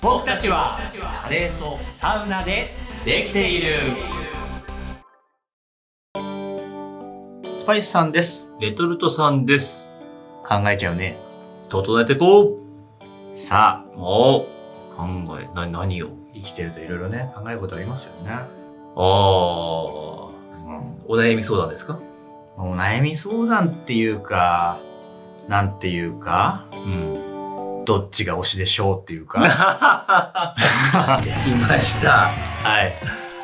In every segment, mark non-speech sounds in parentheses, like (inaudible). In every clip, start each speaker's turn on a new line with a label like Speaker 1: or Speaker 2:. Speaker 1: 僕たちは
Speaker 2: カレーと
Speaker 1: サウナでできているスパイスさんです
Speaker 2: レトルトさんです
Speaker 1: 考えちゃうね
Speaker 2: 整えてこ
Speaker 1: さ
Speaker 2: うもう考えな何を
Speaker 1: あ生きてるといろいろね考えることありますよね、
Speaker 2: ああお悩み相談ですか
Speaker 1: お悩み相談っていうかなんていうか (laughs)
Speaker 2: うん
Speaker 1: どっちが推しでしょうっていう (laughs) か
Speaker 2: 来ました
Speaker 1: はい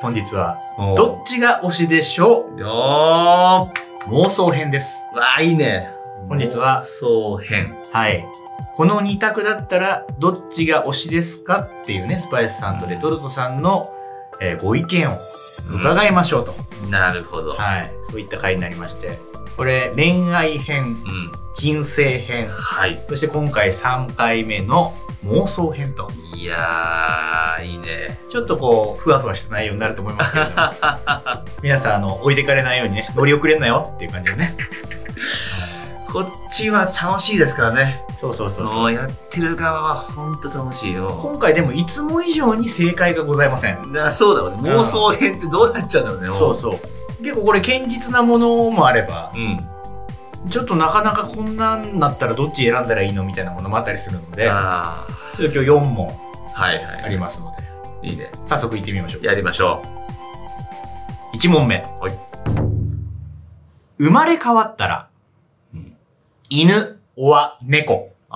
Speaker 1: 本日はど
Speaker 2: ど
Speaker 1: っちが推しでしょ
Speaker 2: っよーわ
Speaker 1: う妄想編です
Speaker 2: あいいね
Speaker 1: 本日は
Speaker 2: そう編
Speaker 1: はい。この2択だったら、どっちが推しですかっていうね、スパイスさんとレトルトさんの、えーご意見を伺いましょうと、
Speaker 2: なるほど
Speaker 1: はい。そういった回になりまして。これ、恋愛編、
Speaker 2: うん
Speaker 1: 人生編、
Speaker 2: はい
Speaker 1: そして今回3回目の妄想編と。
Speaker 2: いやーいいね
Speaker 1: ちょっとこう、ふわふわした内容になると思いますけ
Speaker 2: (laughs)
Speaker 1: れども。皆さん、あの、置いてかれないようにね、乗り遅れんなよっていう感じでね。
Speaker 2: こっちは楽しいですからね
Speaker 1: そうそうそうそう。
Speaker 2: もうやってる側はほんと楽しいよ
Speaker 1: 今回でもいつも以上に正解がございません。
Speaker 2: だそうだろうね妄想編ってどうなっちゃうんだろうねも
Speaker 1: そうそう結構これ堅実なものもあれば
Speaker 2: うん
Speaker 1: ちょっとなかなかこんなんなったらどっち選んだらいいのみたいなものもあったりするので
Speaker 2: あ
Speaker 1: ちょっと今日4問
Speaker 2: あはいは
Speaker 1: あ
Speaker 2: い
Speaker 1: りますので
Speaker 2: いいね
Speaker 1: 早速いってみましょう
Speaker 2: やりましょ
Speaker 1: 1問目、
Speaker 2: い
Speaker 1: 生まれ変わったら、
Speaker 2: うん
Speaker 1: 犬おわ猫
Speaker 2: う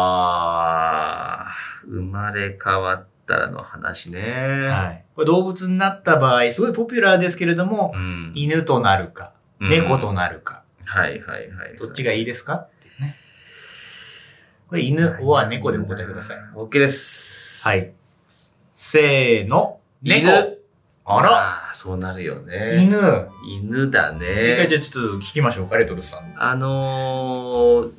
Speaker 2: ああ生まれ変わったらの話ね
Speaker 1: はいこれ動物になった場合すごいポピュラーですけれども、
Speaker 2: うん
Speaker 1: 犬となるか
Speaker 2: うん
Speaker 1: 猫となるか、
Speaker 2: はいはいはい
Speaker 1: どっちがいいですかっていうねこれ犬おわ猫でお答えください
Speaker 2: OK です
Speaker 1: はい。せーの。
Speaker 2: 犬
Speaker 1: 猫。あら。
Speaker 2: あーそうなるよね
Speaker 1: 犬。
Speaker 2: 犬だ
Speaker 1: 一回じゃ
Speaker 2: ね
Speaker 1: あちょっと聞きましょうか、レトルトさん。
Speaker 2: あのー、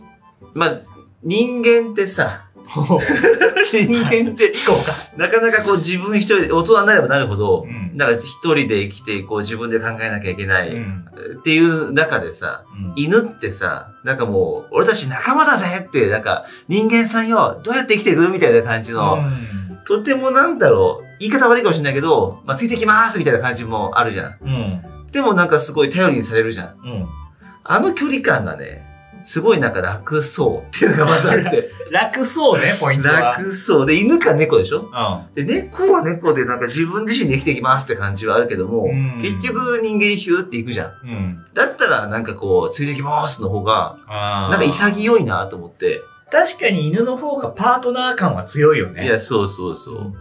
Speaker 2: まあ人間ってさ人間って
Speaker 1: 聞こうか。
Speaker 2: (laughs) なかなかこう自分一人で大人になればなるほど、
Speaker 1: うん
Speaker 2: なんか一人で生きてこう自分で考えなきゃいけない、
Speaker 1: うん。
Speaker 2: っていう中でさ、犬ってさ、なんかもう、俺たち仲間だぜって、なんか、人間さんよ、どうやって生きていくみたいな感じの、とてもなんだろう、言い方悪いかもしれないけど、まあ、ついてきますみたいな感じもあるじゃん。
Speaker 1: うん。うん。
Speaker 2: でもなんかすごい頼りにされるじゃん。
Speaker 1: うん。
Speaker 2: あの距離感がね、すごいなんか楽そうっていうのがまずあって。
Speaker 1: 楽 (laughs) そうね、ポイントは。
Speaker 2: 楽そう。で、犬か猫でしょ
Speaker 1: う
Speaker 2: で猫は猫でなんか自分自身で生きていきますって感じはあるけども、
Speaker 1: うん
Speaker 2: 結局人間ヒューっていくじゃん。
Speaker 1: ん。うん。
Speaker 2: だったらなんかこう、ついてきますの方が、
Speaker 1: あー
Speaker 2: なんか潔いなと思って。
Speaker 1: 確かに犬の方がパートナー感は強いよね。
Speaker 2: いや、そうそうそう。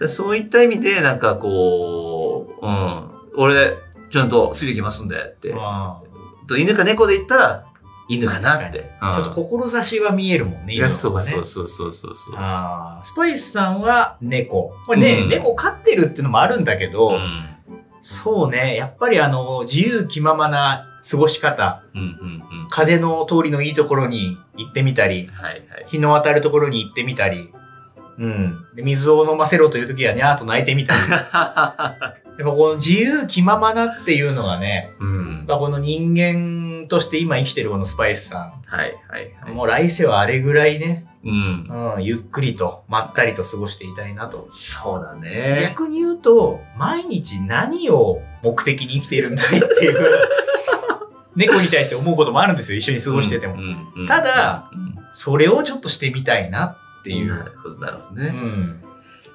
Speaker 2: でそういった意味で、なんかこう、うん、俺、ちゃんとついてきますんでって。
Speaker 1: あ
Speaker 2: と犬か猫で言ったら、犬かなって。
Speaker 1: ーちょっと
Speaker 2: うん
Speaker 1: 志は見えるもんね、
Speaker 2: い
Speaker 1: 犬の
Speaker 2: や、
Speaker 1: 方
Speaker 2: そ
Speaker 1: が
Speaker 2: う
Speaker 1: ね。
Speaker 2: そうそうそうそうそう。
Speaker 1: あースパイスさんは猫。これね、
Speaker 2: うん
Speaker 1: 猫飼ってるってのもあるんだけど、
Speaker 2: うん
Speaker 1: そうね。やっぱりあの、自由気ままな過ごし方。
Speaker 2: うんうん
Speaker 1: 風の通りのいいところに行ってみた
Speaker 2: うん。
Speaker 1: り、
Speaker 2: はいはい。
Speaker 1: 日の当たるところに行ってみたり、うん。で水を飲ませろという時はにゃーっと泣いてみた
Speaker 2: (laughs)
Speaker 1: り。やっぱこの自由気ままなっていうのがね、
Speaker 2: うん。
Speaker 1: やっぱこの人間として今生きてるこのスパイスさ
Speaker 2: はいはい
Speaker 1: ん。
Speaker 2: はい。
Speaker 1: もう来世はあれぐらいね、
Speaker 2: うん。
Speaker 1: うん、ゆっくりと、まったりと過ごしていたいなと。
Speaker 2: そうだね。
Speaker 1: 逆に言うと、毎日何を目的に生きているんだいっていう、
Speaker 2: (laughs)
Speaker 1: 猫に対して思うこともあるんですよ、一緒に過ごしてても。
Speaker 2: うんうんうん
Speaker 1: ただ
Speaker 2: うん
Speaker 1: それをちょっとしてみたいなってい
Speaker 2: な
Speaker 1: う。
Speaker 2: るほど、なるほど
Speaker 1: う
Speaker 2: ね。
Speaker 1: ん。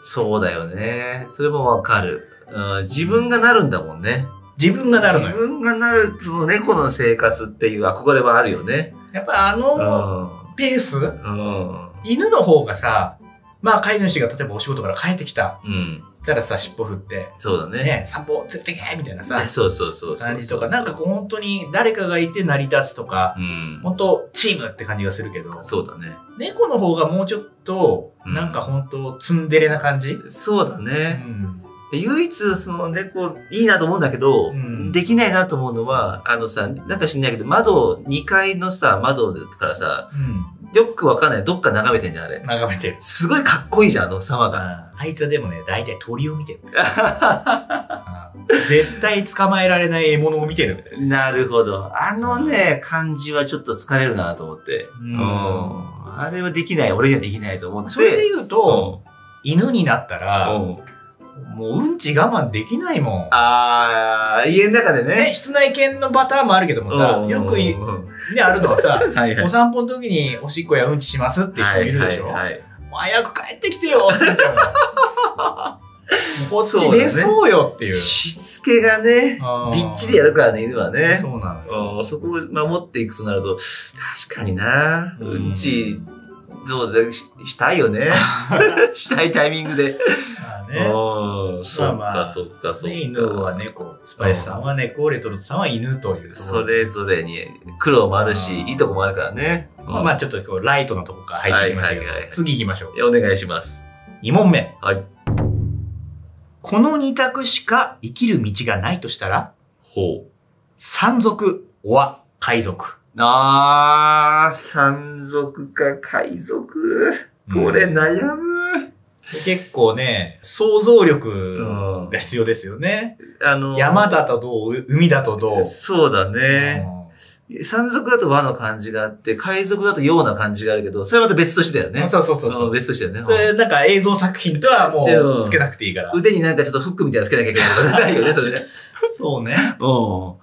Speaker 2: そうだよね。それもわかる。うん自分がなるんだもんね。
Speaker 1: 自分がなるの
Speaker 2: 自
Speaker 1: よ。
Speaker 2: 分がなる、その猫の生活っていう憧れはあるよね。
Speaker 1: やっぱあ
Speaker 2: う
Speaker 1: の
Speaker 2: ん。
Speaker 1: ペース、
Speaker 2: うん。
Speaker 1: 犬の方がさ、まあ飼い主が例えばお仕事から帰ってきた。
Speaker 2: うん。
Speaker 1: そしたらさ、尻尾振って、
Speaker 2: そうだね。
Speaker 1: ね、散歩連れてけみたいなさ
Speaker 2: あ、そうそうそうそうそう。
Speaker 1: 感じとか、なんかこう本当に誰かがいて成り立つとか、
Speaker 2: うん。
Speaker 1: 本当チームって感じがするけど、
Speaker 2: そうだね。
Speaker 1: 猫の方がもうちょっと、
Speaker 2: うん
Speaker 1: なんか本当ツンデレな感じ、
Speaker 2: そうだ
Speaker 1: う
Speaker 2: ね。
Speaker 1: ん、
Speaker 2: 唯一、その猫、いいなと思うんだけど、
Speaker 1: うん
Speaker 2: できないなと思うのは、あのさ、なんか知んないけど、窓、2階のさ、窓からさ、
Speaker 1: うん。
Speaker 2: よくわかんない。どっか眺めてんじゃん、あれ。
Speaker 1: 眺めてる。
Speaker 2: すごいかっこいいじゃん、あの様が。
Speaker 1: あいつはでもね、大体鳥を見
Speaker 2: (laughs)
Speaker 1: てる。絶対捕まえられない獲物を見てるみたいな。
Speaker 2: なるほど。あのね、感じはちょっと疲れるなと思って。
Speaker 1: うん
Speaker 2: うんあれはできない。俺にはできないと思って。
Speaker 1: それで言うと、
Speaker 2: う
Speaker 1: 犬になったら、
Speaker 2: うん。
Speaker 1: もううんち我慢できないもん。
Speaker 2: あー、家の中でね。
Speaker 1: ね、室内犬のパターンもあるけどもさ、よくい、
Speaker 2: は
Speaker 1: ね、あるのはさ、
Speaker 2: いはい
Speaker 1: お。散歩の時におしっこやうんちしますって人いるでしょ、
Speaker 2: はいはいはい
Speaker 1: もう早く帰ってきて
Speaker 2: (laughs)
Speaker 1: よって言っちゃうもんこっ
Speaker 2: そう
Speaker 1: ち
Speaker 2: だね
Speaker 1: 寝そうよっていう。
Speaker 2: しつけがね、びっちりやるからね、犬は
Speaker 1: らね。
Speaker 2: ね。
Speaker 1: そうなのよ。
Speaker 2: うんそこを守っていくとなると、確かにな、
Speaker 1: うん
Speaker 2: うんち、そうだししたい
Speaker 1: (laughs)
Speaker 2: よね。したいタイミングで。
Speaker 1: まあね。
Speaker 2: うん、そっ
Speaker 1: まあ
Speaker 2: かそっかそ
Speaker 1: ね
Speaker 2: っ
Speaker 1: 犬は
Speaker 2: か。
Speaker 1: 猫、スパイスさんは猫、レトルトさんは犬というところ
Speaker 2: それぞれに苦労もあるし
Speaker 1: う、ん
Speaker 2: いいとこもあるからね。うん
Speaker 1: まあまあちょっとこうライトのとこから入ってきましたけど、
Speaker 2: はいはいはい
Speaker 1: 次行きましょう。
Speaker 2: お願いします。
Speaker 1: 2問目。
Speaker 2: はい。
Speaker 1: この2択しか生きる道がないとしたら、
Speaker 2: ほう。
Speaker 1: 山賊、おは海賊。
Speaker 2: あー、山賊か海賊。これ
Speaker 1: うん
Speaker 2: 悩む。
Speaker 1: (laughs) 結構ね、想像
Speaker 2: う
Speaker 1: 力
Speaker 2: ん
Speaker 1: が必要ですよね。
Speaker 2: あの、
Speaker 1: 山だとどう、海だとどう。
Speaker 2: そうだね。
Speaker 1: うん
Speaker 2: 山賊だと和の感じがあって、海賊だと洋な感じがあるけど、それはまた別としてだよね。。
Speaker 1: そうそうそうそううん
Speaker 2: 別としてだよ
Speaker 1: そ
Speaker 2: ね。
Speaker 1: れなんか映像作品とはも
Speaker 2: でう
Speaker 1: うんつけなくていいから。
Speaker 2: 腕になんかちょっとフックみたいなのつけなきゃいけないとかないよね、それね。
Speaker 1: (laughs) そうね。
Speaker 2: うん。
Speaker 1: あ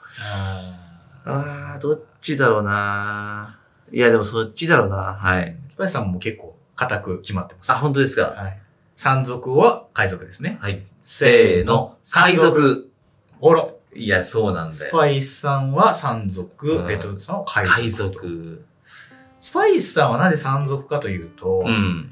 Speaker 2: あー、どっちだろうないや、でもそっちだろうなはい。
Speaker 1: ー深谷さんも結構固く決まってます。
Speaker 2: あ、本当ですか。
Speaker 1: はい。山賊は海賊ですね。
Speaker 2: はい。せーの。海賊。
Speaker 1: おら。
Speaker 2: いや、そうなんだ
Speaker 1: ス
Speaker 2: よ。
Speaker 1: パイスさんは山賊、
Speaker 2: うん
Speaker 1: レトルトさんは海賊。
Speaker 2: 海賊。
Speaker 1: スパイスさんはなぜ山賊かというと、
Speaker 2: うん。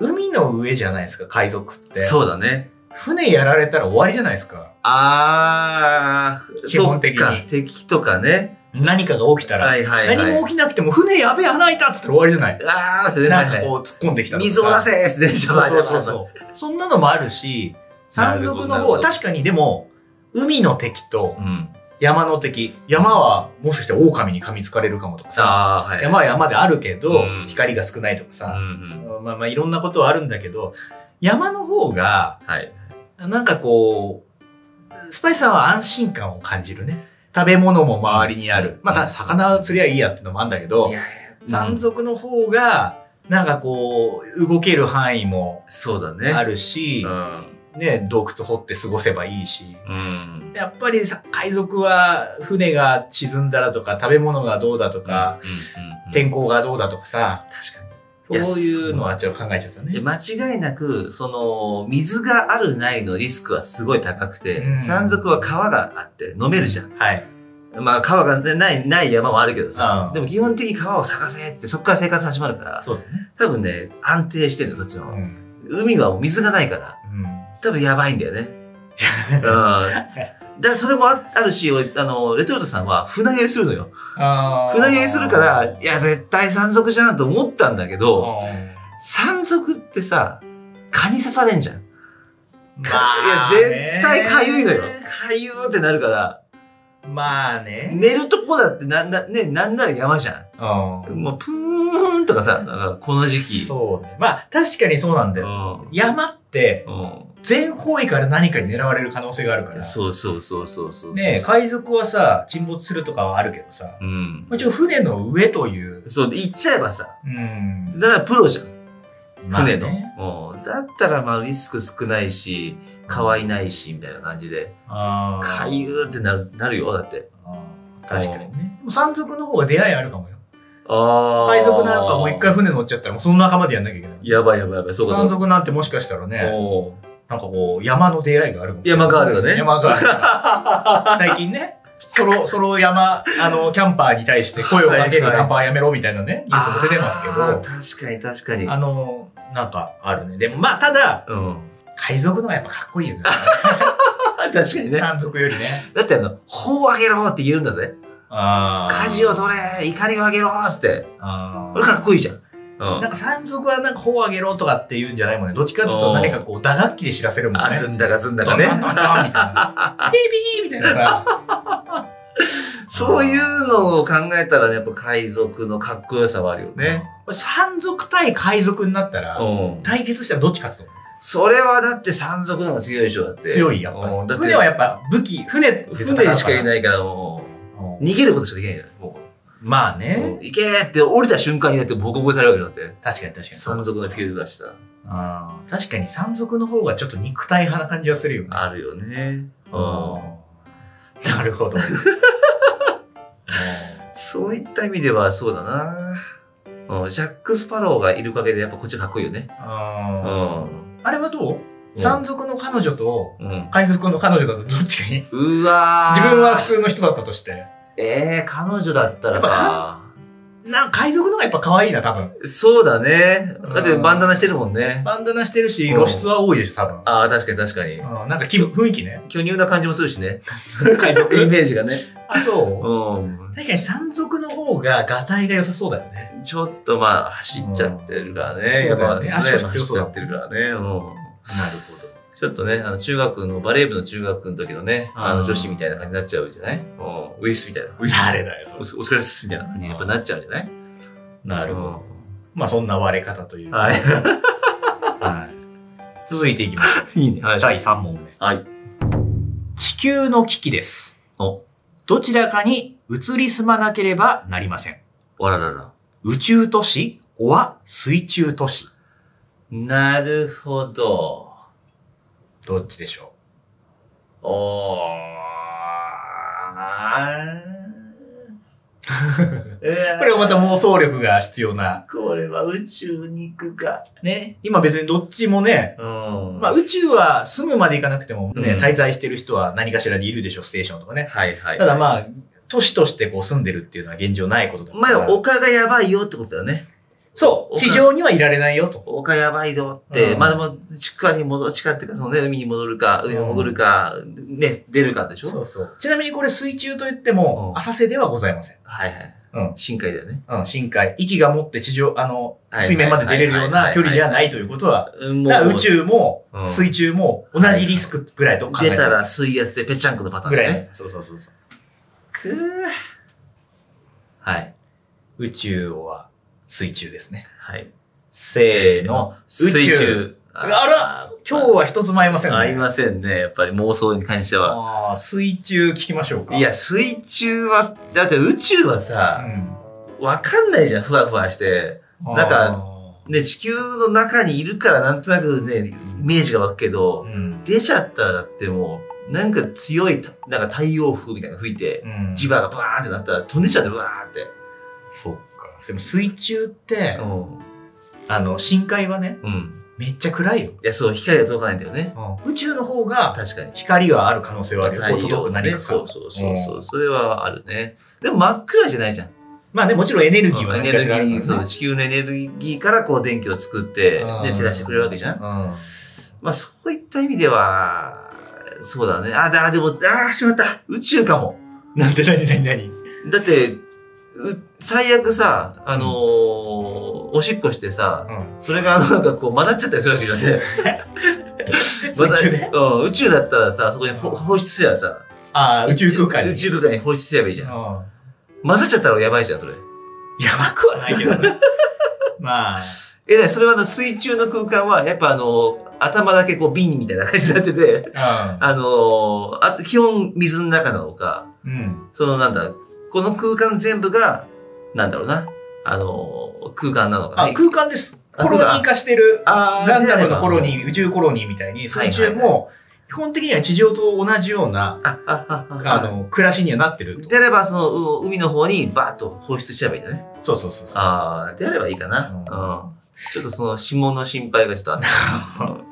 Speaker 1: 海の上じゃないですか、海賊って。
Speaker 2: そうだね。
Speaker 1: 船やられたら終わりじゃないですか。
Speaker 2: あー、
Speaker 1: 基本的に
Speaker 2: そっか敵とかね。
Speaker 1: 何かが起きたら。
Speaker 2: はいはいはい。
Speaker 1: 何も起きなくても、船やべえ、穴開いたっつったら終わりじゃない。
Speaker 2: あー、それね。
Speaker 1: なんか
Speaker 2: はい
Speaker 1: こう突っ込んできた
Speaker 2: はい
Speaker 1: ら。
Speaker 2: 水を出せーって、
Speaker 1: そうそうそうそう。そんなのもあるし、山賊
Speaker 2: な
Speaker 1: の
Speaker 2: るほ
Speaker 1: 方、
Speaker 2: ど
Speaker 1: 確かにでも、海の敵と
Speaker 2: うん。
Speaker 1: 山の敵。山はもしかして狼に噛みつかれるかもとかさ。
Speaker 2: あー、はい。
Speaker 1: 山は山であるけど、
Speaker 2: うん
Speaker 1: 光が少ないとか
Speaker 2: う
Speaker 1: さ、
Speaker 2: んうん。
Speaker 1: まあまあいろんなことはあるんだけど、山の方が、
Speaker 2: はい。
Speaker 1: なんかこう、スパイスさんは安心感を感じるね。食べ物も周りにある。まあただ魚を釣りゃいいやってのもあるんだけど、
Speaker 2: や、
Speaker 1: 山賊の方が、なんかこう、動ける範囲も
Speaker 2: そうだね。
Speaker 1: あるし、ね、洞窟掘って過ごせばいいし。
Speaker 2: うん。
Speaker 1: やっぱりさ海賊は船が沈んだらとか、食べ物がどうだとか、
Speaker 2: うん、
Speaker 1: 天候がどうだとかさ、
Speaker 2: 確か
Speaker 1: そういうのはちょっと考えちゃった
Speaker 2: に。
Speaker 1: ね。
Speaker 2: 間違いなく、その、水があるないのリスクはすごい高くて、
Speaker 1: うん
Speaker 2: 山賊は川があって飲めるじゃん。
Speaker 1: はい。
Speaker 2: まあ川がねない、ない山もあるけどさ
Speaker 1: う、ん
Speaker 2: でも基本的に川を探せって、そこから生活始まるから、
Speaker 1: そうだね。
Speaker 2: 多分ね、安定してるの、そっちの
Speaker 1: う
Speaker 2: 方が。
Speaker 1: ん。
Speaker 2: 海はもう水がないから、多分やばいんだよね。うん。だからそれもああるし、俺あの、レトルトさんは船 (laughs) 酔いするのよ。
Speaker 1: あ
Speaker 2: 船酔いするから、いや、絶対山賊じゃんと思ったんだけど、山賊ってさ、蚊に刺されんじゃん。いや、絶対かゆいのよ。かゆーってなるから、
Speaker 1: まあね。
Speaker 2: 寝るとこだってなんだ、ね、なんなら山じゃ。
Speaker 1: うんん
Speaker 2: もう、プーンとかさ、なんかこの時期。
Speaker 1: そうね。まあ、確かにそうなんだ
Speaker 2: う
Speaker 1: よ。
Speaker 2: ん
Speaker 1: 山って、
Speaker 2: う
Speaker 1: 全方位から何かに狙われる可能性があるから。
Speaker 2: ん。そうそうそうそうそう。
Speaker 1: ねえ海賊はさ、沈没するとかはあるけどさ、
Speaker 2: うん。
Speaker 1: 一応船の上という、
Speaker 2: そう、行っちゃえばさ、
Speaker 1: うん。
Speaker 2: だからプロじゃん。
Speaker 1: まあ
Speaker 2: 船
Speaker 1: ね
Speaker 2: の。うんだったら、まあ、リスク少ないし、可愛いないし、みたいな感じで。
Speaker 1: あー
Speaker 2: かゆーってなる、なるよ、だって。
Speaker 1: あー確かにね。でも山賊の方が出会いあるかもよ。
Speaker 2: あ
Speaker 1: 海賊なんかもう一回。船乗っちゃったらもうその仲間でやんなきゃいけない。
Speaker 2: やばいやばいやばい、そうかそ
Speaker 1: 山
Speaker 2: うか。
Speaker 1: 賊なんてもしかしたらね、
Speaker 2: おー
Speaker 1: なんかこう、山の出会いがあるかもしれない
Speaker 2: 山があるよね。
Speaker 1: 山があるから。最近ね、ソロ、ソロ山、あの、キャンパーに対して声をかける
Speaker 2: はいはい
Speaker 1: ナンパはやめろみたいなね、ニュースも出てますけ
Speaker 2: あー
Speaker 1: ど、
Speaker 2: 確かに確かに。
Speaker 1: あの、なんかあるね。でもまあ、ただ、
Speaker 2: うん。
Speaker 1: 海賊の方がやっぱかっこいいよね。
Speaker 2: 確かにね。
Speaker 1: 山賊よりね。
Speaker 2: だってあの、砲をあげろって言うんだぜ。
Speaker 1: あー
Speaker 2: 舵を取れ怒りをあげろっつって。
Speaker 1: あ
Speaker 2: これ
Speaker 1: ー
Speaker 2: かっこいいじゃん。うん。
Speaker 1: なんか山賊はなんか砲をあげろとかって言うんじゃないもんね。どっちかっていうと何かこう打楽器で知らせるもん
Speaker 2: あ、
Speaker 1: ね。
Speaker 2: ずんだかずんだか
Speaker 1: ドンドン
Speaker 2: ね。
Speaker 1: ドンドンみたい
Speaker 2: (laughs)
Speaker 1: な。ビービーみたいなさ。
Speaker 2: そういうのを考えたらね、やっぱ海賊のかっこよさはあるよね。。
Speaker 1: 山賊対海賊になった
Speaker 2: う
Speaker 1: ら、
Speaker 2: ん。
Speaker 1: 対決したらどっち勝つと思
Speaker 2: それはだって山賊の方が強いでしょ、だっ
Speaker 1: う
Speaker 2: て。
Speaker 1: 強い、やっ
Speaker 2: うん
Speaker 1: ぱ
Speaker 2: だ
Speaker 1: り。
Speaker 2: って
Speaker 1: 船はやっぱ武器、船で戦うから
Speaker 2: 船しかいないから、も
Speaker 1: う
Speaker 2: う、
Speaker 1: ん
Speaker 2: 逃げることしかできないじゃん。も
Speaker 1: まあ
Speaker 2: う、も
Speaker 1: ね。
Speaker 2: う行けーって降りた瞬間になってボコボコにされるわけだって。
Speaker 1: 確かに確かに。
Speaker 2: 山賊のフィールドだしさ。
Speaker 1: あー確かに山賊の方がちょっと肉体派な感じはするよね。
Speaker 2: あるよね。うん。
Speaker 1: うんなるほど。う
Speaker 2: そういった意味ではそうだな。うん。ジャック・スパローがいるおかげでやっぱこっちがかっこいいよね。うん
Speaker 1: うん
Speaker 2: ん。
Speaker 1: あれはどう山賊の彼女と、
Speaker 2: うん。
Speaker 1: 海賊の彼女だとどっちがいいう
Speaker 2: わー
Speaker 1: 自分は普通の人だったとして。
Speaker 2: えー、彼女だったら
Speaker 1: やっぱ
Speaker 2: か。
Speaker 1: な、海賊の方がやっぱ可愛いな、多分。
Speaker 2: そうだね。だって
Speaker 1: うん
Speaker 2: バンダナしてるもんね。
Speaker 1: バンダナしてるし、
Speaker 2: う
Speaker 1: 露
Speaker 2: ん
Speaker 1: 出は多いでしょ、多分。
Speaker 2: ああ、確かに確かに。
Speaker 1: うん、なんか気分雰囲気ね。
Speaker 2: 巨乳な感じもするしね。
Speaker 1: 海
Speaker 2: イ
Speaker 1: 賊。
Speaker 2: メージがね。
Speaker 1: あ、そう。
Speaker 2: う
Speaker 1: 確かに山賊の方が、がたいが良さそうだよね。
Speaker 2: ん。ちょっとまあ、走っちゃってるからね。
Speaker 1: う
Speaker 2: や
Speaker 1: ん
Speaker 2: っ
Speaker 1: そうだよ
Speaker 2: ぱ
Speaker 1: ね
Speaker 2: ね、
Speaker 1: 足腰強そうだ
Speaker 2: 走っちゃってるからね。うん。
Speaker 1: なるほど。
Speaker 2: ちょっとね、あの、中学の、バレー部の中学の時のね、あ
Speaker 1: う
Speaker 2: の、
Speaker 1: ん
Speaker 2: 女子みたいな感じになっちゃうんじゃないうん。ウイスみたいな。ウイス。
Speaker 1: 誰だよ、そ
Speaker 2: お
Speaker 1: れ
Speaker 2: お疲れっす、みたいな感じにやっぱなっちゃうんじゃない
Speaker 1: なるほど。。まあ、そんな割れ方といううんか。
Speaker 2: はい。
Speaker 1: はい。続いて (laughs) いきましょう。
Speaker 2: いいね。はい。
Speaker 1: 第3問目。
Speaker 2: はい。
Speaker 1: 地球の危機です。
Speaker 2: お
Speaker 1: どちらかに移り住まなければなりません。
Speaker 2: わららら。
Speaker 1: 宇宙都市、おは水中都市。
Speaker 2: なるほど。
Speaker 1: どっちでしょ
Speaker 2: お
Speaker 1: う
Speaker 2: ー
Speaker 1: (laughs) これはまた妄想力が必要な。
Speaker 2: これは宇宙に行くか。
Speaker 1: ね。今別にどっちもね、
Speaker 2: うん
Speaker 1: まあ宇宙は住むまで行かなくてもね、
Speaker 2: うん
Speaker 1: 滞在してる人は何かしらでいるでしょう、ステーションとかね。
Speaker 2: はいはい。
Speaker 1: ただまあ、都市としてこう住んでるっていうのは現状ないことだから。
Speaker 2: まあ、丘がやばいよってことだよね。
Speaker 1: そう、
Speaker 2: 丘
Speaker 1: 地上にはいられないよと。
Speaker 2: 丘やばいぞって、
Speaker 1: うん
Speaker 2: まあでも、地下に戻る、地下っていうか、そのね、海に戻るか、海に潜るか、ね、出るかでしょ
Speaker 1: そうそう。ちなみにこれ水中といっても
Speaker 2: う、ん
Speaker 1: 浅瀬ではございません。
Speaker 2: はいはい。
Speaker 1: うん
Speaker 2: 深海だよね。
Speaker 1: うん、深海。息が持って地上、あの、
Speaker 2: はい
Speaker 1: 水面まで出れるような距離じゃないということは、
Speaker 2: うん
Speaker 1: だから宇宙も
Speaker 2: うん
Speaker 1: 水中も同じリスクぐらいと考えて
Speaker 2: 出
Speaker 1: く
Speaker 2: た
Speaker 1: だ
Speaker 2: ら
Speaker 1: さ
Speaker 2: 水圧でぺちゃんこのパタ
Speaker 1: い
Speaker 2: ー
Speaker 1: ぐ
Speaker 2: ンだ
Speaker 1: ら
Speaker 2: ね
Speaker 1: い。。そうそうそうそう。
Speaker 2: くーはい。
Speaker 1: 宇宙は水中ですね。
Speaker 2: はい。
Speaker 1: せーの。
Speaker 2: 水
Speaker 1: 宇
Speaker 2: 中
Speaker 1: 宙。今日は一つも合いませんね。
Speaker 2: 合いませんね。やっぱり妄想に関しては。
Speaker 1: あー水中聞きましょうか。
Speaker 2: いや、、水中は、だって宇宙は
Speaker 1: う
Speaker 2: さ、
Speaker 1: ん。
Speaker 2: わかんないじゃん、ふわふわして。なんかね、地球の中にいるからなんとなくね、イメージが湧くけ
Speaker 1: あー、
Speaker 2: ど
Speaker 1: う、ん。
Speaker 2: 出ちゃったらだってもう、なんか強い、なんか太陽風みたいなのが吹いて、
Speaker 1: うん
Speaker 2: 磁場がバーンってなったら飛んでっちゃうんだよ、バーンって。
Speaker 1: そうか。でも水中って、
Speaker 2: う
Speaker 1: あの、深海はね、
Speaker 2: ん。うん。
Speaker 1: めっちゃ暗いよ。
Speaker 2: いや、そう、光が届かないんだよね。
Speaker 1: 宇宙の方が
Speaker 2: 確かに。
Speaker 1: 光はある可能性はあるよ。こう
Speaker 2: 太
Speaker 1: 届
Speaker 2: 陽
Speaker 1: く何
Speaker 2: ね。
Speaker 1: かが
Speaker 2: そうそうそうそうう。それはあるね。でも真っ暗じゃないじゃん。
Speaker 1: まあね、もちろんエネルギーは
Speaker 2: エ
Speaker 1: ね、
Speaker 2: ネルギー、
Speaker 1: 昔か
Speaker 2: そ
Speaker 1: ら
Speaker 2: う、地球のエネルギーからこう電気を作って、で
Speaker 1: うん、
Speaker 2: 照らしてくれるわけじゃ
Speaker 1: あ
Speaker 2: ん。
Speaker 1: るからね
Speaker 2: まあそういった意味では、そうだね。あ、だ、でも、あー、しまった。宇宙かも。
Speaker 1: うん。なんて何何何
Speaker 2: だって、う最悪さ、あのーおしっこしてさ、
Speaker 1: うん。
Speaker 2: それが (laughs) なんかこう混ざっちゃったりするわけじゃん。
Speaker 1: (laughs) 水中で
Speaker 2: 混ざうん宇宙だったらさ、そこに放放出すればさ、
Speaker 1: ああ、宇宙空間に。
Speaker 2: 宇宙空間に放出すればいいじ
Speaker 1: うん。
Speaker 2: ゃん。
Speaker 1: や
Speaker 2: 混ざっちゃったらやばいじゃん、それ。
Speaker 1: ばくはないけどね。 (laughs) まあ、
Speaker 2: え、だからそれはあの水中の空間は、やっぱあの、頭だけこう瓶みたいな感じになってて、あのあ、基本水の中なのか、
Speaker 1: うん。うん。
Speaker 2: そのなんだ、この空間全部が、なんだろうな、あの、空間なのか
Speaker 1: あ、
Speaker 2: ね。
Speaker 1: 空間です。
Speaker 2: あ
Speaker 1: コロニー化してる、
Speaker 2: あ
Speaker 1: ガンダムのコロ
Speaker 2: ー。
Speaker 1: ニー、宇宙コロニーみたいに、水中
Speaker 2: はいはい
Speaker 1: も、基本的には地上と同じような、
Speaker 2: あ、あ、あ、あ、
Speaker 1: あの、暮らしにはなってると。
Speaker 2: であれば、その、う海の方にバーッと放出しちゃえばいいんだね。
Speaker 1: そうそうそうそう。
Speaker 2: ああ、であればいいかな。
Speaker 1: う
Speaker 2: うんん。ちょっとその、指紋の心配がちょっとあった。うん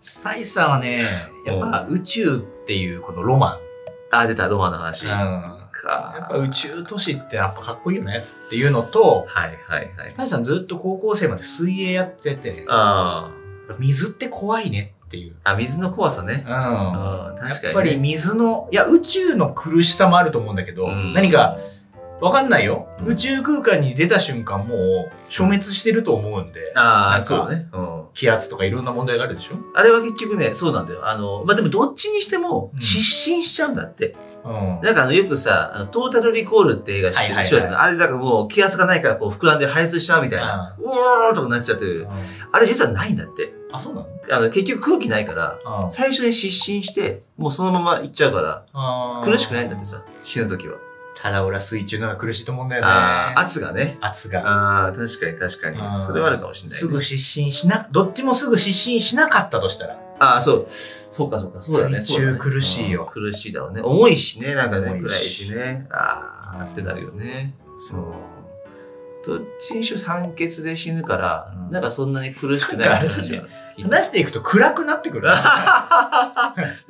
Speaker 1: スパイさんはね、やっぱ宇宙っていうこのロマン。
Speaker 2: あー、出た、ロマンの話。
Speaker 1: うん。
Speaker 2: か。
Speaker 1: やっぱ宇宙都市ってやっぱかっこいいよねっていうのと、
Speaker 2: はいはいはい
Speaker 1: ス。パイさんずっと高校生まで水泳やってて、
Speaker 2: あ
Speaker 1: 水って怖いねっていう。
Speaker 2: あ。あ、水の怖さね。
Speaker 1: うん。
Speaker 2: うん、
Speaker 1: や
Speaker 2: 確かに、ね。
Speaker 1: っぱり水の、いや、宇宙の苦しさもあると思うんだけど、
Speaker 2: うん
Speaker 1: 何か、、わかんないよ。
Speaker 2: うん
Speaker 1: 宇宙空間に出た瞬間、もう、消滅してると思うんで、
Speaker 2: あ
Speaker 1: なん
Speaker 2: あ、
Speaker 1: か
Speaker 2: そうね、うん。
Speaker 1: 気圧とかいろんな問題があるでしょ
Speaker 2: あれは結局ね、そうなんだよ。あの、まあ、でもどっちにしても
Speaker 1: うん
Speaker 2: 失神しちゃうんだって。
Speaker 1: うん。
Speaker 2: だからあのよくさ、あのトータルリコールって映画知って
Speaker 1: はいはいは
Speaker 2: る
Speaker 1: い
Speaker 2: 人じゃないあれだからもう気圧がないからこう膨らんで破裂しちゃうみたいな。うおーとかなっちゃって
Speaker 1: う
Speaker 2: る。
Speaker 1: ん
Speaker 2: あれ実はないんだって。
Speaker 1: あ、そうなの
Speaker 2: あの、結局空気ないから、
Speaker 1: あ
Speaker 2: 最初に失神して、もうそのまま行っちゃうから、
Speaker 1: あ
Speaker 2: 苦しくないんだってさ、死ぬ時は。
Speaker 1: ただ俺は水中のが苦しいと思うんだよね。
Speaker 2: ああ、圧がね。
Speaker 1: 圧が。
Speaker 2: ああ、確かに確か
Speaker 1: うん
Speaker 2: に。それはあるかもしれない
Speaker 1: す
Speaker 2: ね、
Speaker 1: ぐ失神しな、どっちもすぐ失神しなかったとしたら。
Speaker 2: ああ、そう。そうかそうか、そうだね。
Speaker 1: 水
Speaker 2: そうだ
Speaker 1: 中
Speaker 2: ね
Speaker 1: 苦しいよ
Speaker 2: うん苦しいだろうね。重いしね、なんか
Speaker 1: 重い
Speaker 2: ね、
Speaker 1: し
Speaker 2: 暗いしね。ああ、ってなるよね。そう。どっちにしろ酸欠で死ぬから、
Speaker 1: うん
Speaker 2: なんかそんなに苦しくない話は聞いた (laughs)
Speaker 1: 話していくと暗くなってくる。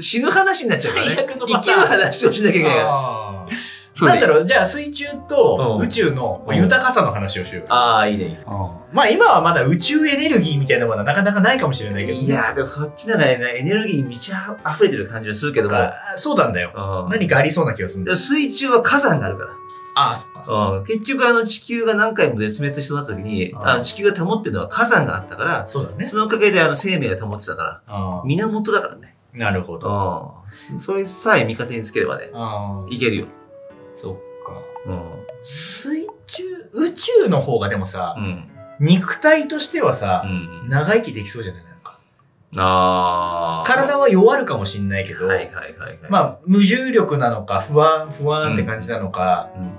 Speaker 2: 死ぬ話になっちゃうからね
Speaker 1: 最悪。のパ
Speaker 2: 生
Speaker 1: タ
Speaker 2: き
Speaker 1: ーン
Speaker 2: る話をしなきゃいけないから。
Speaker 1: あー
Speaker 2: そう
Speaker 1: なん
Speaker 2: ね
Speaker 1: だろう、じゃあ水中と
Speaker 2: うん
Speaker 1: 宇宙の豊かさの話をしようよ。
Speaker 2: ああ、いいね。
Speaker 1: まあ今はまだ宇宙エネルギーみたいなものはなかなかないかもしれないけどね。
Speaker 2: いやーでもそっちなんかね、エネルギーに満ち溢れてる感じがするけども。
Speaker 1: なんかそうなんだよ。
Speaker 2: うん
Speaker 1: 何かありそうな気がするん
Speaker 2: で
Speaker 1: だ
Speaker 2: も
Speaker 1: よ。
Speaker 2: 水中は火山があるから。
Speaker 1: ああ、そっか。
Speaker 2: うん結局あの地球が何回も絶滅してなった時に、
Speaker 1: うん
Speaker 2: あの地球が保ってるのは火山があったから、
Speaker 1: そうだね。
Speaker 2: そのおかげであの生命が保ってたから、
Speaker 1: あー
Speaker 2: 源だからね。
Speaker 1: なるほど。
Speaker 2: うん。それさえ味方につければね、
Speaker 1: あー
Speaker 2: いけるよ。
Speaker 1: そっか。
Speaker 2: うん。
Speaker 1: 水中、宇宙の方がでもさ
Speaker 2: う、ん。
Speaker 1: 肉体としてはさ
Speaker 2: う、ん。
Speaker 1: 長生きできそうじゃないなんか。
Speaker 2: あー。
Speaker 1: 体は弱るかもしんないけど、
Speaker 2: はいはいはいはい。
Speaker 1: まあ、無重力なのか、不安、不安って感じなのか、
Speaker 2: うん、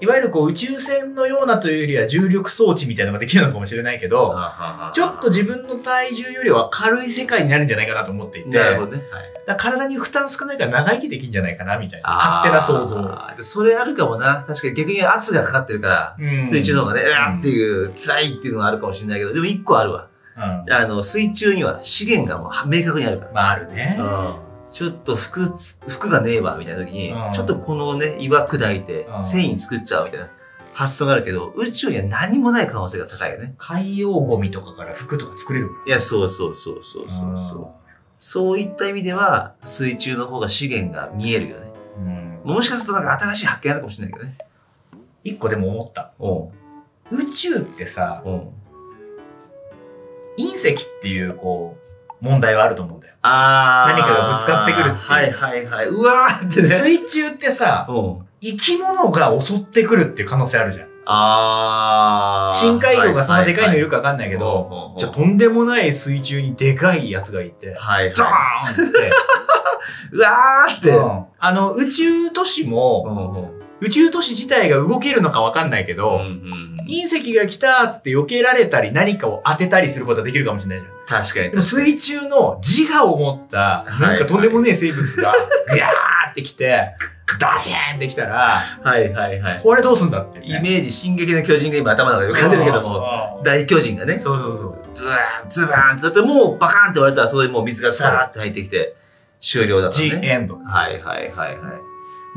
Speaker 1: いわゆるこう宇宙船のようなというよりは重力装置みたいなのができるのかもしれないけ
Speaker 2: あ
Speaker 1: ど、
Speaker 2: はは
Speaker 1: ちょっと自分の体重よりは軽い世界になるんじゃないかなと思っていて、
Speaker 2: なるほどね。はい。
Speaker 1: だから体に負担少ないから長生きできんじゃないかな、みたいな。勝手な想像。
Speaker 2: あー。それあるかもな。確かに逆に圧がかかってるから、
Speaker 1: うん
Speaker 2: 水中の方がね、うわ
Speaker 1: うん
Speaker 2: ーっていう、辛いっていうのはあるかもしれないけど、でも一個あるわ。
Speaker 1: うん。
Speaker 2: あの、水中には資源がもう明確にあるか
Speaker 1: まあ、あるね。
Speaker 2: ら。うんちょっと服つ、服がねえわ、みたいな時に
Speaker 1: うん、
Speaker 2: ちょっとこのね、岩砕いて
Speaker 1: う、ん
Speaker 2: 繊維作っちゃうみたいな発想があるけど、宇宙には何もない可能性が高いよね。
Speaker 1: 海洋ゴミとかから服とか作れる
Speaker 2: いや、そうそうそうそうそうそう。そういった意味では、水中の方が資源が見えるよね。
Speaker 1: うん。
Speaker 2: もしかするとなんか新しい発見あるかもしれないけどね。
Speaker 1: 一個でも思った。
Speaker 2: お
Speaker 1: 宇宙ってさ、
Speaker 2: うおう
Speaker 1: 隕石っていうこう、問題はあると思うんだよ。
Speaker 2: あー
Speaker 1: 何かがぶつかってくるっていう
Speaker 2: はいはいはい。うわーってね。
Speaker 1: 水中ってさ、
Speaker 2: うん。
Speaker 1: 生き物が襲ってくるっていう可能性あるじゃん。
Speaker 2: あー。
Speaker 1: 深海魚がそんなでかいのいる
Speaker 2: か
Speaker 1: かわかんないけど、じ
Speaker 2: ち
Speaker 1: ゃ
Speaker 2: ょ
Speaker 1: あ
Speaker 2: っ
Speaker 1: とんでもない水中にでかいやつがいて
Speaker 2: と。、はい
Speaker 1: ド
Speaker 2: は
Speaker 1: ーンって。
Speaker 2: い。うわーって。
Speaker 1: (laughs) うんあの、宇宙都市も、
Speaker 2: んうん
Speaker 1: 宇宙都市自体が動けるのかわかんないけ
Speaker 2: う
Speaker 1: ど、
Speaker 2: ん
Speaker 1: 隕石が来たっつって避けられたり何かを当てたりすることはできるかもしれないじゃん。
Speaker 2: 確かに
Speaker 1: でも
Speaker 2: 確かに。
Speaker 1: 水中の自我を持った、
Speaker 2: い
Speaker 1: なんかとんでもねえ生物が、ぐやーって来て、ダシーンって来たら、
Speaker 2: はいはいはい。
Speaker 1: これどうすんだって、
Speaker 2: イメージ、進撃の巨人が今頭の中で浮かんでるけども、
Speaker 1: も。
Speaker 2: 大巨人がね、
Speaker 1: そうそうそう。
Speaker 2: うわー、ズバーンって、だってもうバカーンって割れたら、そこでもう水がさーって入ってきて、終了だから
Speaker 1: G
Speaker 2: ね。
Speaker 1: エンド。
Speaker 2: はいはいはいはい。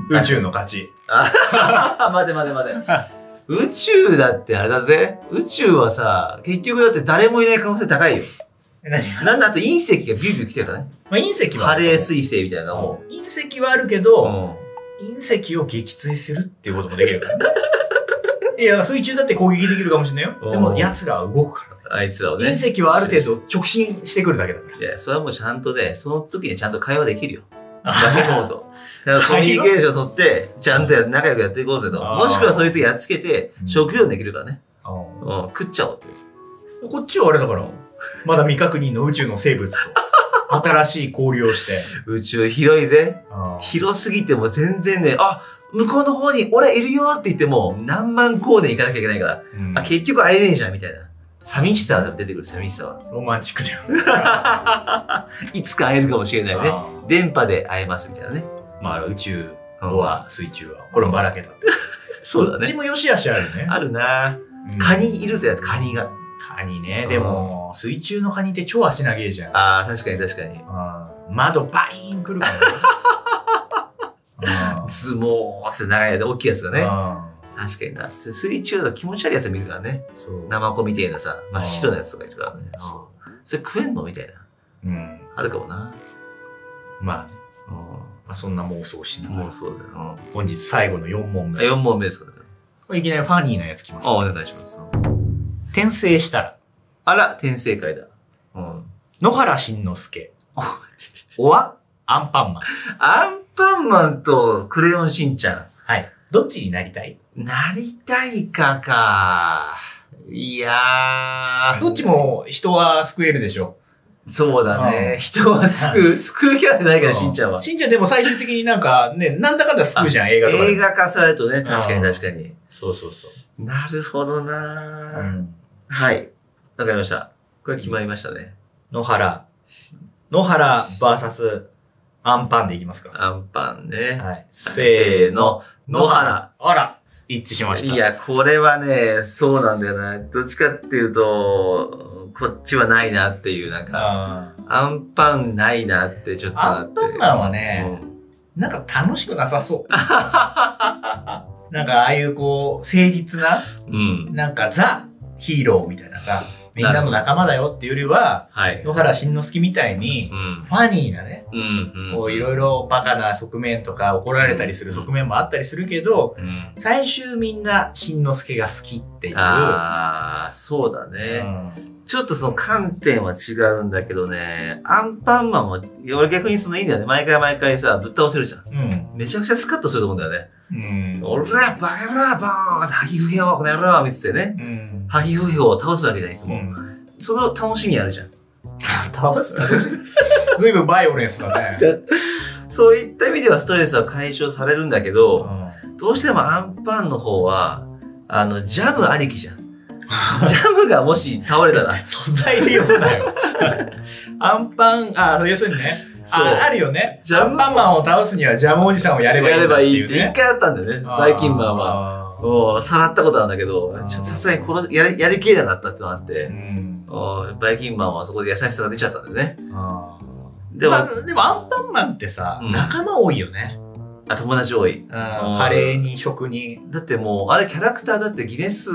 Speaker 1: 宇宙の勝ち。
Speaker 2: あ (laughs) 待て待て待て。宇宙だってあれだぜ。宇宙はさ、結局だって誰もいない可能性高いよ。
Speaker 1: (laughs) 何
Speaker 2: なんだあと隕石がビュービュー来てるからね。
Speaker 1: まあ、隕石は。
Speaker 2: ハレー彗星みたいなのがも
Speaker 1: 隕石はあるけ
Speaker 2: う。
Speaker 1: ど、隕石を撃墜するっていうこともできるから
Speaker 2: (laughs)
Speaker 1: ね。いや、水中だって攻撃できるかもしれないよ。で
Speaker 2: う
Speaker 1: も、
Speaker 2: ん
Speaker 1: 奴らは動くからね。
Speaker 2: あいつらをね。
Speaker 1: 隕石はある程度直進してくるだけだから。
Speaker 2: いや、それはもうちゃんとね、その時にちゃんと会話できるよ。
Speaker 1: あ
Speaker 2: なるほど。だからコミュニケーション取って、ちゃんとや仲良くやっていこうぜと。
Speaker 1: あー
Speaker 2: もしくはそいつやっつけて
Speaker 1: う、ん
Speaker 2: 食料にできるからね。
Speaker 1: うん
Speaker 2: うん、食っちゃおうっていう。
Speaker 1: こっちはあれだから、まだ未確認の宇宙の生物と、 (laughs) 新しい交流をして。
Speaker 2: 宇宙広いぜ。
Speaker 1: あ
Speaker 2: 広すぎても全然ね、あ向こうの方に俺いるよって言っても何万光年行かなきゃいけないから、あ、結局会えねえじゃんみたいな。寂しさが出てくる寂しさは。
Speaker 1: ロマンチックだよ。
Speaker 2: いつか会えるかもしれないね。
Speaker 1: あー
Speaker 2: 電波で会えますみたいなね。
Speaker 1: まあ、宇宙
Speaker 2: うん
Speaker 1: は水中は、これもばらけたって。
Speaker 2: そうだ
Speaker 1: どっち
Speaker 2: ね。
Speaker 1: も良し悪しあるね。
Speaker 2: あるな
Speaker 1: うん
Speaker 2: カニいるぜ、カニが。
Speaker 1: カニね。でも、水中のカニって超足長えじゃん。
Speaker 2: ああ、確かに確か
Speaker 1: う
Speaker 2: に。
Speaker 1: ん窓バイーン来るからね
Speaker 2: ズモーって長い間大きいやつ
Speaker 1: (laughs)
Speaker 2: が
Speaker 1: うん。
Speaker 2: ね。
Speaker 1: う
Speaker 2: 確かにな。水中だと気持ち悪いやつ見るからね。
Speaker 1: ん。そう。
Speaker 2: ナマコみたいなさ、真っ白なやつとかいるからね。
Speaker 1: そ
Speaker 2: それ食えんのみたいな。
Speaker 1: う。うん。
Speaker 2: あるかもな。
Speaker 1: まあね、
Speaker 2: うん
Speaker 1: まあ、そんな妄想をしなが
Speaker 2: も
Speaker 1: ら
Speaker 2: う、そうだよ。
Speaker 1: 本日最後の4問
Speaker 2: うん、
Speaker 1: 目。
Speaker 2: 4問目ですからね。
Speaker 1: いきなりファニーなやつきます
Speaker 2: あ、。お願いします。
Speaker 1: 転生したら、
Speaker 2: あら、転生会だ。うん。
Speaker 1: 野原慎之介。おわ、アンパンマン。
Speaker 2: アンパンマンとクレヨンしんちゃ
Speaker 1: はい。どっちになりたい
Speaker 2: ん。なりたいかか。いやー。
Speaker 1: どっちも人は救えるでしょ。
Speaker 2: そうだね。人は救う、救うキャラじゃないから、しんちゃんは。
Speaker 1: しんちゃんでも最終的になんかね、なんだかんだ救うじゃん、映画とかで。
Speaker 2: 映画化されるとね、確かに確かに。
Speaker 1: そうそうそう。
Speaker 2: なるほど
Speaker 1: う
Speaker 2: なぁ
Speaker 1: ん
Speaker 2: はい。わかりました。これ決まりましたね。
Speaker 1: 野原。野原 VS アンパンでいきますか。
Speaker 2: アンパンね。
Speaker 1: はい。せーの。
Speaker 2: 野原。
Speaker 1: あら、一致しました。
Speaker 2: いや、これはね、そうなんだよな。どっちかっていうと、こっちはないなっていう、なんか、
Speaker 1: あー、
Speaker 2: アンパンないなってちょっとなって。
Speaker 1: アンパンマンはねなんか楽しくなさそう。なんかああいうこう、誠実な、
Speaker 2: うん、うん。
Speaker 1: なんかザ・ヒーローみたいなさ、みんなの仲間だよっていうよりは、
Speaker 2: はい。
Speaker 1: 野原慎之介みたいに
Speaker 2: う、ん。
Speaker 1: ファニーなね、
Speaker 2: うん。うん
Speaker 1: こういろいろバカな側面とか怒られたりする側面もあったりするけど、
Speaker 2: うん。
Speaker 1: 最終みんな慎之介が好きっていう。
Speaker 2: ああ、そうだ
Speaker 1: う
Speaker 2: ね、
Speaker 1: ん
Speaker 2: ちょっとその観点は違うんだけどね、アンパンマンも、俺逆にそのいいんだよね。毎回毎回さ、ぶっ倒せるじゃん。
Speaker 1: うん。
Speaker 2: めちゃくちゃスカッとすると思うんだよね。
Speaker 1: うん。
Speaker 2: 俺ら、バカ野郎、ボーン萩不平を、この野郎見ててね。
Speaker 1: うん。
Speaker 2: 萩不平を倒すわけじゃん、いつ
Speaker 1: う
Speaker 2: も。
Speaker 1: ん
Speaker 2: その楽しみあるじゃん。
Speaker 1: 倒す楽しい。ずいぶんバイオレンスだ
Speaker 2: (laughs)
Speaker 1: ね。
Speaker 2: そういった意味ではストレスは解消されるんだけ
Speaker 1: う
Speaker 2: ど、
Speaker 1: ん。
Speaker 2: どうしてもアンパンの方は、あの、ジャムありきじゃん。ジャムがもし倒れた (laughs) ら
Speaker 1: 素材で呼ぶなよ。アンパン、あ、要するにね。
Speaker 2: そう
Speaker 1: あ、あるよね。
Speaker 2: ジャム
Speaker 1: アンパンマンを倒すにはジャムおじさんをやればいい
Speaker 2: や
Speaker 1: んだ
Speaker 2: ればいい
Speaker 1: っ
Speaker 2: ってて
Speaker 1: いう
Speaker 2: 一
Speaker 1: ね。
Speaker 2: 回あったんだよね。バイキンマンは。
Speaker 1: は。
Speaker 2: もう、さらったことなんだけど、ちょっとさすがに殺やり、やりきれなかったってのがあっ
Speaker 1: う
Speaker 2: て、
Speaker 1: ん。
Speaker 2: おバイキンマンはそこで優しさが出ちゃったんだよね。
Speaker 1: あー
Speaker 2: でも、
Speaker 1: まあでもアンパンマンってさ、
Speaker 2: うん
Speaker 1: 仲間多いよね。
Speaker 2: あ、友達多い。
Speaker 1: うん。カレーに食に。
Speaker 2: だってもう、あれキャラクターだってギネス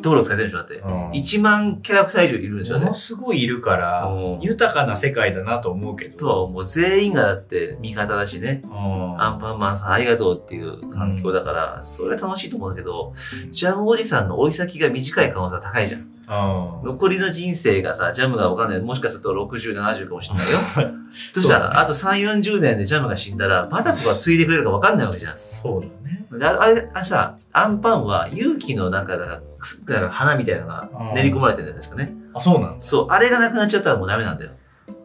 Speaker 2: 登録されてるでしょだって。
Speaker 1: うん
Speaker 2: 1万キャラクター以上いるんですよ
Speaker 1: も
Speaker 2: ね
Speaker 1: の。すごいいるから
Speaker 2: うん、
Speaker 1: 豊かな世界だなと思うけど。
Speaker 2: とはもう全員がだって味方だしね。
Speaker 1: うん
Speaker 2: アンパンマンさんありがとうっていう環境だから、それは楽しいと思うんだけど、ジャムおじさんの追い先が短い可能性は高いじゃん。
Speaker 1: うん
Speaker 2: 残りの人生がさ、ジャムがわかんない。もしかすると60、70かもしれないよ。 (laughs) そしたら、あと3、40年でジャムが死んだら、まだ子が継いでくれるかわかんないわけじゃん。
Speaker 1: そうだね。
Speaker 2: でああれ、あさ、アンパンは勇気の中だから、くなんか花みたいなのが練り込まれてるんだよ、確かね。
Speaker 1: あ、そうなんだ。
Speaker 2: そう、あれがなくなっちゃったらもうダメなんだよ。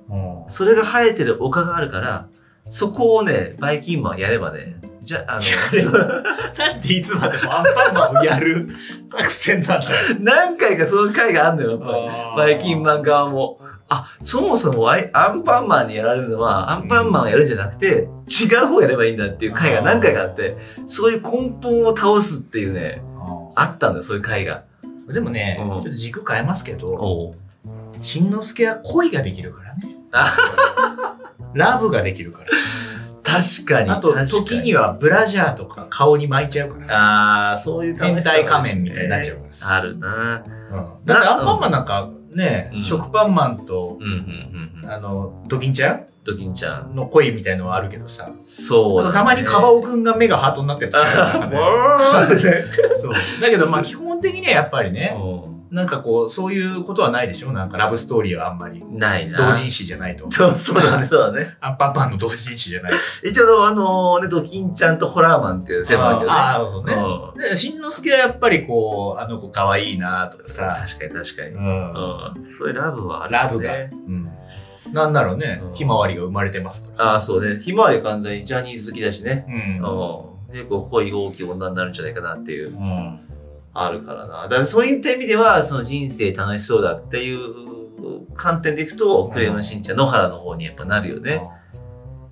Speaker 1: うん
Speaker 2: それが生えてる丘があるから、そこをね、バイキンマンやればね、じゃ、あの、
Speaker 1: (laughs) なんでいつまでもアンパンマンをやる作戦なんだよ。
Speaker 2: (laughs) 何回かその回があるのよ、やっぱり。バイキンマン側も。あ、そもそもあいアンパンマンにやられるのは、アンパンマンをやるんじゃなくて、違う方やればいいんだっていう回が何回かあって、そういう根本を倒すっていうね、
Speaker 1: う
Speaker 2: あったんだよ、そういう回が。
Speaker 1: ん。でもね、
Speaker 2: うん
Speaker 1: ちょっと軸変えますけど、
Speaker 2: おう
Speaker 1: しんのすけは恋ができるからね
Speaker 2: あ。
Speaker 1: ラブができるから。
Speaker 2: 確かに。
Speaker 1: あと、
Speaker 2: 確か
Speaker 1: 時にはブラジャーとか顔に巻いちゃうから。
Speaker 2: ああ、そういう
Speaker 1: 変態仮面みたいになっちゃ
Speaker 2: う。
Speaker 1: うからさ。
Speaker 2: あるな
Speaker 1: うんだってアンパンマンなんかね、
Speaker 2: うん
Speaker 1: 食パンマンと、
Speaker 2: うんうんうんうん。
Speaker 1: あの、ドキンちゃ
Speaker 2: ドキンちゃん。
Speaker 1: んの恋みたいのはあるけどさ。
Speaker 2: そう
Speaker 1: あ
Speaker 2: だ、
Speaker 1: と
Speaker 2: ね。
Speaker 1: たまにカバオくんが目がハートになってるとかある
Speaker 2: (laughs)
Speaker 1: からね
Speaker 2: あ
Speaker 1: (laughs)
Speaker 2: ー
Speaker 1: そう。だけど、まあ基本的にはやっぱりね、
Speaker 2: も
Speaker 1: なんかこう、そういうことはないでしょなんかラブストーリーはあんまり。
Speaker 2: うないな。
Speaker 1: 同人誌じゃないと。
Speaker 2: (laughs) そうそうだね、そうだね。
Speaker 1: アンパンマンの同人誌じゃないと。
Speaker 2: 一応、あのね、ドキンちゃんとホラーマンっていう線もあるけどね。
Speaker 1: あーあー、なるほどね。
Speaker 2: うん
Speaker 1: で、しんのすけはやっぱりこう、あの子可愛いなとかさ、
Speaker 2: 確かに確かに
Speaker 1: う。ん。
Speaker 2: うん。そういうラブはある、ね。
Speaker 1: ラブが。うん。なんならね
Speaker 2: う、ん
Speaker 1: ひまわりが生まれてますから。
Speaker 2: ああ、そうね。ひまわり完全にジャニーズ好きだしね。
Speaker 1: うん
Speaker 2: うん。結構恋が大きい女になるんじゃないかなっていう。
Speaker 1: うん。
Speaker 2: あるからな。だからそういった意味では、その人生楽しそうだっていう観点でいくと、
Speaker 1: うん
Speaker 2: クレヨンしんちゃん野原の方にやっぱなるよね。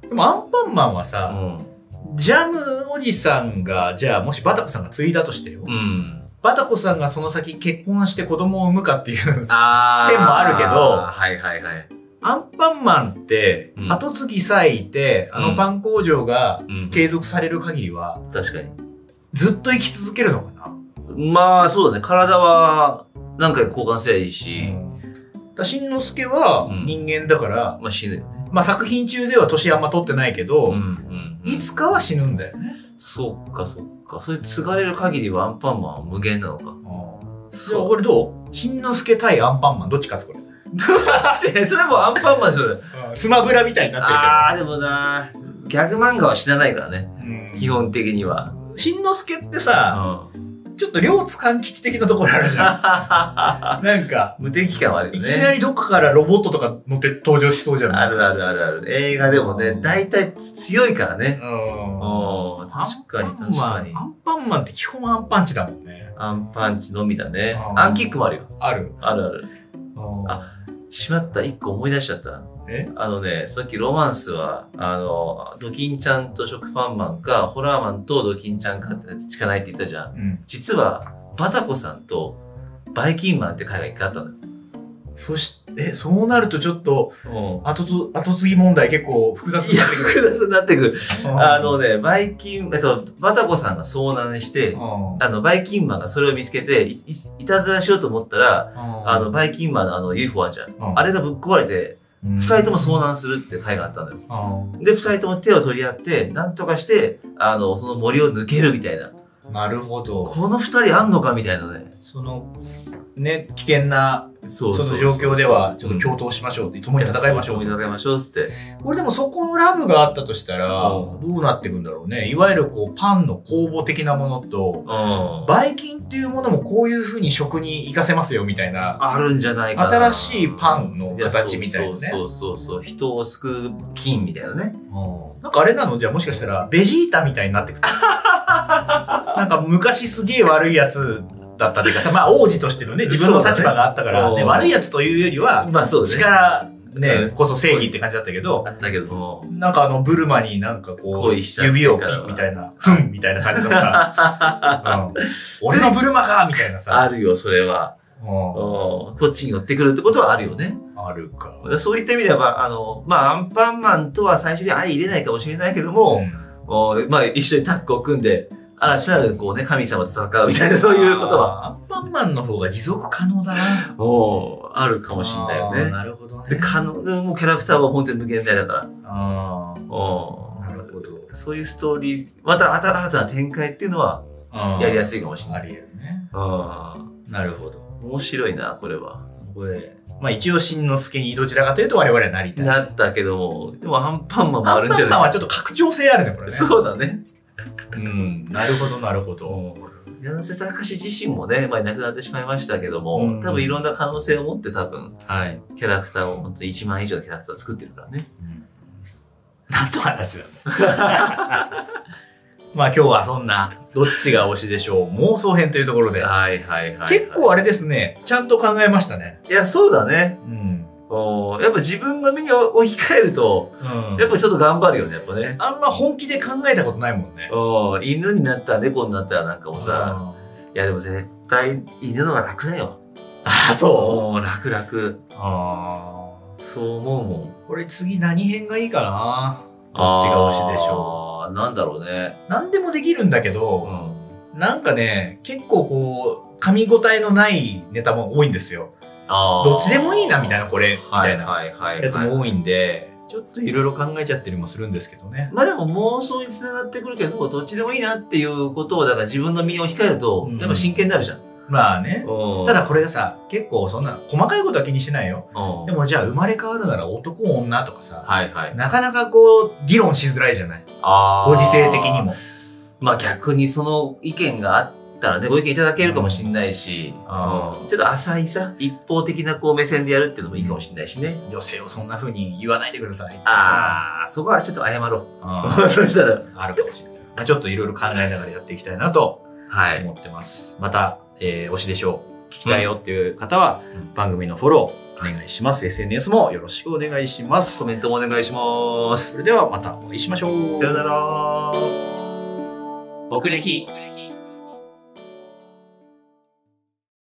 Speaker 1: うん。でもアンパンマンは
Speaker 2: う
Speaker 1: さ、
Speaker 2: ん。
Speaker 1: ジャムおじさんが、じゃあもしバタコさんが継いだとしてよ
Speaker 2: う。ん。
Speaker 1: バタコさんがその先結婚して子供を産むかっていう。
Speaker 2: あ
Speaker 1: 線もあるけど
Speaker 2: はいはいはい。
Speaker 1: アンパンマンって
Speaker 2: う、ん
Speaker 1: 後継ぎさえいて、あのパン工場が
Speaker 2: うん
Speaker 1: 継続される限りは、
Speaker 2: 確か
Speaker 1: ずっと生き続けるのかな
Speaker 2: に。まあそうだね。体は何回か交換すればいいし、
Speaker 1: だしんのすけは
Speaker 2: うん
Speaker 1: 人間だから、
Speaker 2: まあ死ぬよね。
Speaker 1: まあ作品中では年あんま取ってないけど、
Speaker 2: ん
Speaker 1: いつかは死ぬんだよね。
Speaker 2: そっかそっか。それ継がれる限りはアンパンマンは無限なのか。
Speaker 1: じゃあこれどうしんのすけ対アンパンマンどっち勝つこれ。
Speaker 2: (laughs) それもアンパン
Speaker 1: (laughs)
Speaker 2: マンそれ。
Speaker 1: スマブラみたいになっ
Speaker 2: ああ、でもな、ギャグ漫画は死なないからね。
Speaker 1: てるけど。
Speaker 2: 基本的には。
Speaker 1: しんのすけってさ、
Speaker 2: う
Speaker 1: ちょっと両津勘吉的なところあるじゃん。 (laughs) なんか、
Speaker 2: 無敵感はある
Speaker 1: い
Speaker 2: よ
Speaker 1: き
Speaker 2: ね。
Speaker 1: なりどっかからロボットとか乗って登場しそうじゃない
Speaker 2: あるあるあるある。映画でもね、大体強いからね。
Speaker 1: うん。
Speaker 2: おー確かに確かに
Speaker 1: ア。ンパンマンアンパンマンって基本アンパンチだもんね。
Speaker 2: アンパンチのみだね
Speaker 1: う。ん
Speaker 2: アンキックもあるよ。
Speaker 1: ある。
Speaker 2: あるある。あしまった、一個思い出しちゃった。
Speaker 1: え
Speaker 2: あのね、さっきロマンスは、あの、ドキンちゃんと食パンマンか、ホラーマンとドキンちゃんかってしかないって言ったじゃん。
Speaker 1: うん。
Speaker 2: 実は、バタコさんとバイキンマンって会が一回あったのよ。
Speaker 1: そして、えそうなるとちょっと、
Speaker 2: うん。
Speaker 1: 後と、後継ぎ問題結構複雑
Speaker 2: い
Speaker 1: に
Speaker 2: や、
Speaker 1: なってくる。
Speaker 2: 複雑になってくる。あの
Speaker 1: ね、
Speaker 2: ね、バイキン、えそう、バタコさんが遭難して、あの、バイキンマンがそれを見つけて、いいいたずらしようと思ったら、あの、バイキンマンのあの UFO あんじゃん。あ
Speaker 1: れ、
Speaker 2: れがぶっ壊れて、
Speaker 1: 二
Speaker 2: 二人とも遭難するって会があったのよ。
Speaker 1: 難。
Speaker 2: で、二人とも手を取り合って、なんとかして、あの、その森を抜けるみたいな。
Speaker 1: なるほど。
Speaker 2: この二人あんのかみたいなね。
Speaker 1: その、ね、危険な、
Speaker 2: そ
Speaker 1: その状況では、ちょっと共闘しましょうって、共に戦いましょう
Speaker 2: 共に
Speaker 1: って。
Speaker 2: 戦いましょうっつって。
Speaker 1: 俺でもそこのラブがあったとしたら、
Speaker 2: う
Speaker 1: どうなっていくんだろうね。いわゆるこう、パンの公募的なものと、
Speaker 2: うん。
Speaker 1: バイキンっていうものもこういうふうに食に活かせますよ、みたいな。
Speaker 2: あるんじゃないかな。
Speaker 1: 新しいパンの形みたいなね
Speaker 2: やそうそうそうそう。人を救う金みたいなね。
Speaker 1: なんかあれなのじゃあもしかしたら、ベジータみたいになってくる。 (laughs) なんか昔すげえ悪いやつだったっていうかさ、まあ王子としてのね、自分の立場があったから、
Speaker 2: そうだ
Speaker 1: ね
Speaker 2: ね
Speaker 1: 悪いやつというよりは、
Speaker 2: まあそうね。
Speaker 1: 力ね、
Speaker 2: うん
Speaker 1: こそ正義って感じだったけど、
Speaker 2: あったけども。
Speaker 1: なんかあの、ブルマになんかこう、
Speaker 2: 恋しちゃって
Speaker 1: 指をピ
Speaker 2: からは
Speaker 1: ッみたいな、ふんみたいな感じのさ、
Speaker 2: (laughs)
Speaker 1: うん俺のブルマかみたいな
Speaker 2: あ
Speaker 1: さ、
Speaker 2: るよ、それ
Speaker 1: うん
Speaker 2: は。うんこっちに寄ってくるってことはあるよね。
Speaker 1: あるか。
Speaker 2: そういった意味では、まあ、あの、まあ、アンパンマンとは最初に相入れないかもしれないけども、おまあ、一緒にタッグを組んで、新たなる、こうね、神様と戦うみたいな、そういうことは、
Speaker 1: は。アンパンマンの方が持続可能だな。か
Speaker 2: おうあるかもしれないよね。
Speaker 1: なるほどね。
Speaker 2: で、可能、もうキャラクターは本当に無限大だから。
Speaker 1: あー
Speaker 2: おう
Speaker 1: なるほど。
Speaker 2: そういうストーリー、また新新たな展開っていうのは、やりやすいかもしれない。
Speaker 1: ありえるね。
Speaker 2: うん
Speaker 1: なるほど。
Speaker 2: 面白いな、これは。
Speaker 1: これ、まあ一応、しんのすけにどちらかというと我々はなりたい。
Speaker 2: なったけども、でもアンパンマンも
Speaker 1: ア
Speaker 2: ある
Speaker 1: ン
Speaker 2: ん
Speaker 1: パ
Speaker 2: じゃ
Speaker 1: ンマ
Speaker 2: ない
Speaker 1: ンはちょっと拡張性あるね、これね。
Speaker 2: そうだね。
Speaker 1: うん。なるほど、なるほど。
Speaker 2: 柳瀬隆自身もね、まあ、亡くなってしまいましたけども、
Speaker 1: うん
Speaker 2: 多分いろんな可能性を持って多分
Speaker 1: はい。
Speaker 2: キャラクターを本当1万以上のキャラクターを作ってるからね。
Speaker 1: なんと話だね。 (laughs) まあ今日はそんな、どっちが推しでしょう妄想編というところで。
Speaker 2: はいはいはい
Speaker 1: 結構あれですね、ちゃんと考えましたね。
Speaker 2: いや、そうだね。
Speaker 1: うん。
Speaker 2: おーやっぱ自分の身に置き換えると、やっぱちょっと頑張るよね、やっぱね。
Speaker 1: あんま本気で考えたことないもんね。
Speaker 2: おー犬になったら猫になったらなんかもさ、いやでも絶対犬の方が楽だよ。
Speaker 1: ああ、そ
Speaker 2: おー楽楽。
Speaker 1: う。ああ。
Speaker 2: そう思うもん。
Speaker 1: これ次何編がいいかなどっちが
Speaker 2: あ
Speaker 1: 推しでしょ
Speaker 2: ょう。なんだろうね。
Speaker 1: う。何でもできるんだけ
Speaker 2: う
Speaker 1: ど、
Speaker 2: ん。
Speaker 1: なんかね、結構こう、噛み応えのないネタも多いんですよ。
Speaker 2: あー
Speaker 1: どっちでもいいな、みたいな、これ、み
Speaker 2: は
Speaker 1: た
Speaker 2: い
Speaker 1: いな
Speaker 2: はいはいはい。
Speaker 1: やつも多いんで、ちょっといろいろ考えちゃったりもするんですけどね。
Speaker 2: まあでも妄想につながってくるけど、どっちでもいいなっていうことを、だから自分の身を控えると
Speaker 1: うん、
Speaker 2: やっぱ真剣になるじゃん。
Speaker 1: まあね。た
Speaker 2: た
Speaker 1: だこれがさ、結構そんな、細かいことは気にしてないよ。
Speaker 2: うん
Speaker 1: でもじゃあ生まれ変わるなら男女とかさ、
Speaker 2: はいはい。
Speaker 1: なかなかこう、議論しづらいじゃない
Speaker 2: あー
Speaker 1: ご時世的に。も。
Speaker 2: まあ逆にその意見があったらね、ご意見いただけるかもしれないし、
Speaker 1: うんあー
Speaker 2: うんちょっと浅いさ、一方的なこう目線でやるっていうのもいいかもしれないしね。
Speaker 1: 女性をそんな風に言わないでください。
Speaker 2: ああ、そこはちょっと謝ろ
Speaker 1: あー
Speaker 2: う。 (laughs) そしたら。
Speaker 1: あるかもしれない。まあ、ちょっといろいろ考えながらやっていきたいなと
Speaker 2: はい。
Speaker 1: 思ってます。また、えー推しでしょう。聞きたいよっていう方は、
Speaker 2: うん
Speaker 1: 番組のフォローお願いします。SNS もよろしくお願いします
Speaker 2: コ。メントもお願いします。
Speaker 1: それではまたお会いしましょう。
Speaker 2: さよなら。
Speaker 1: 僕歴。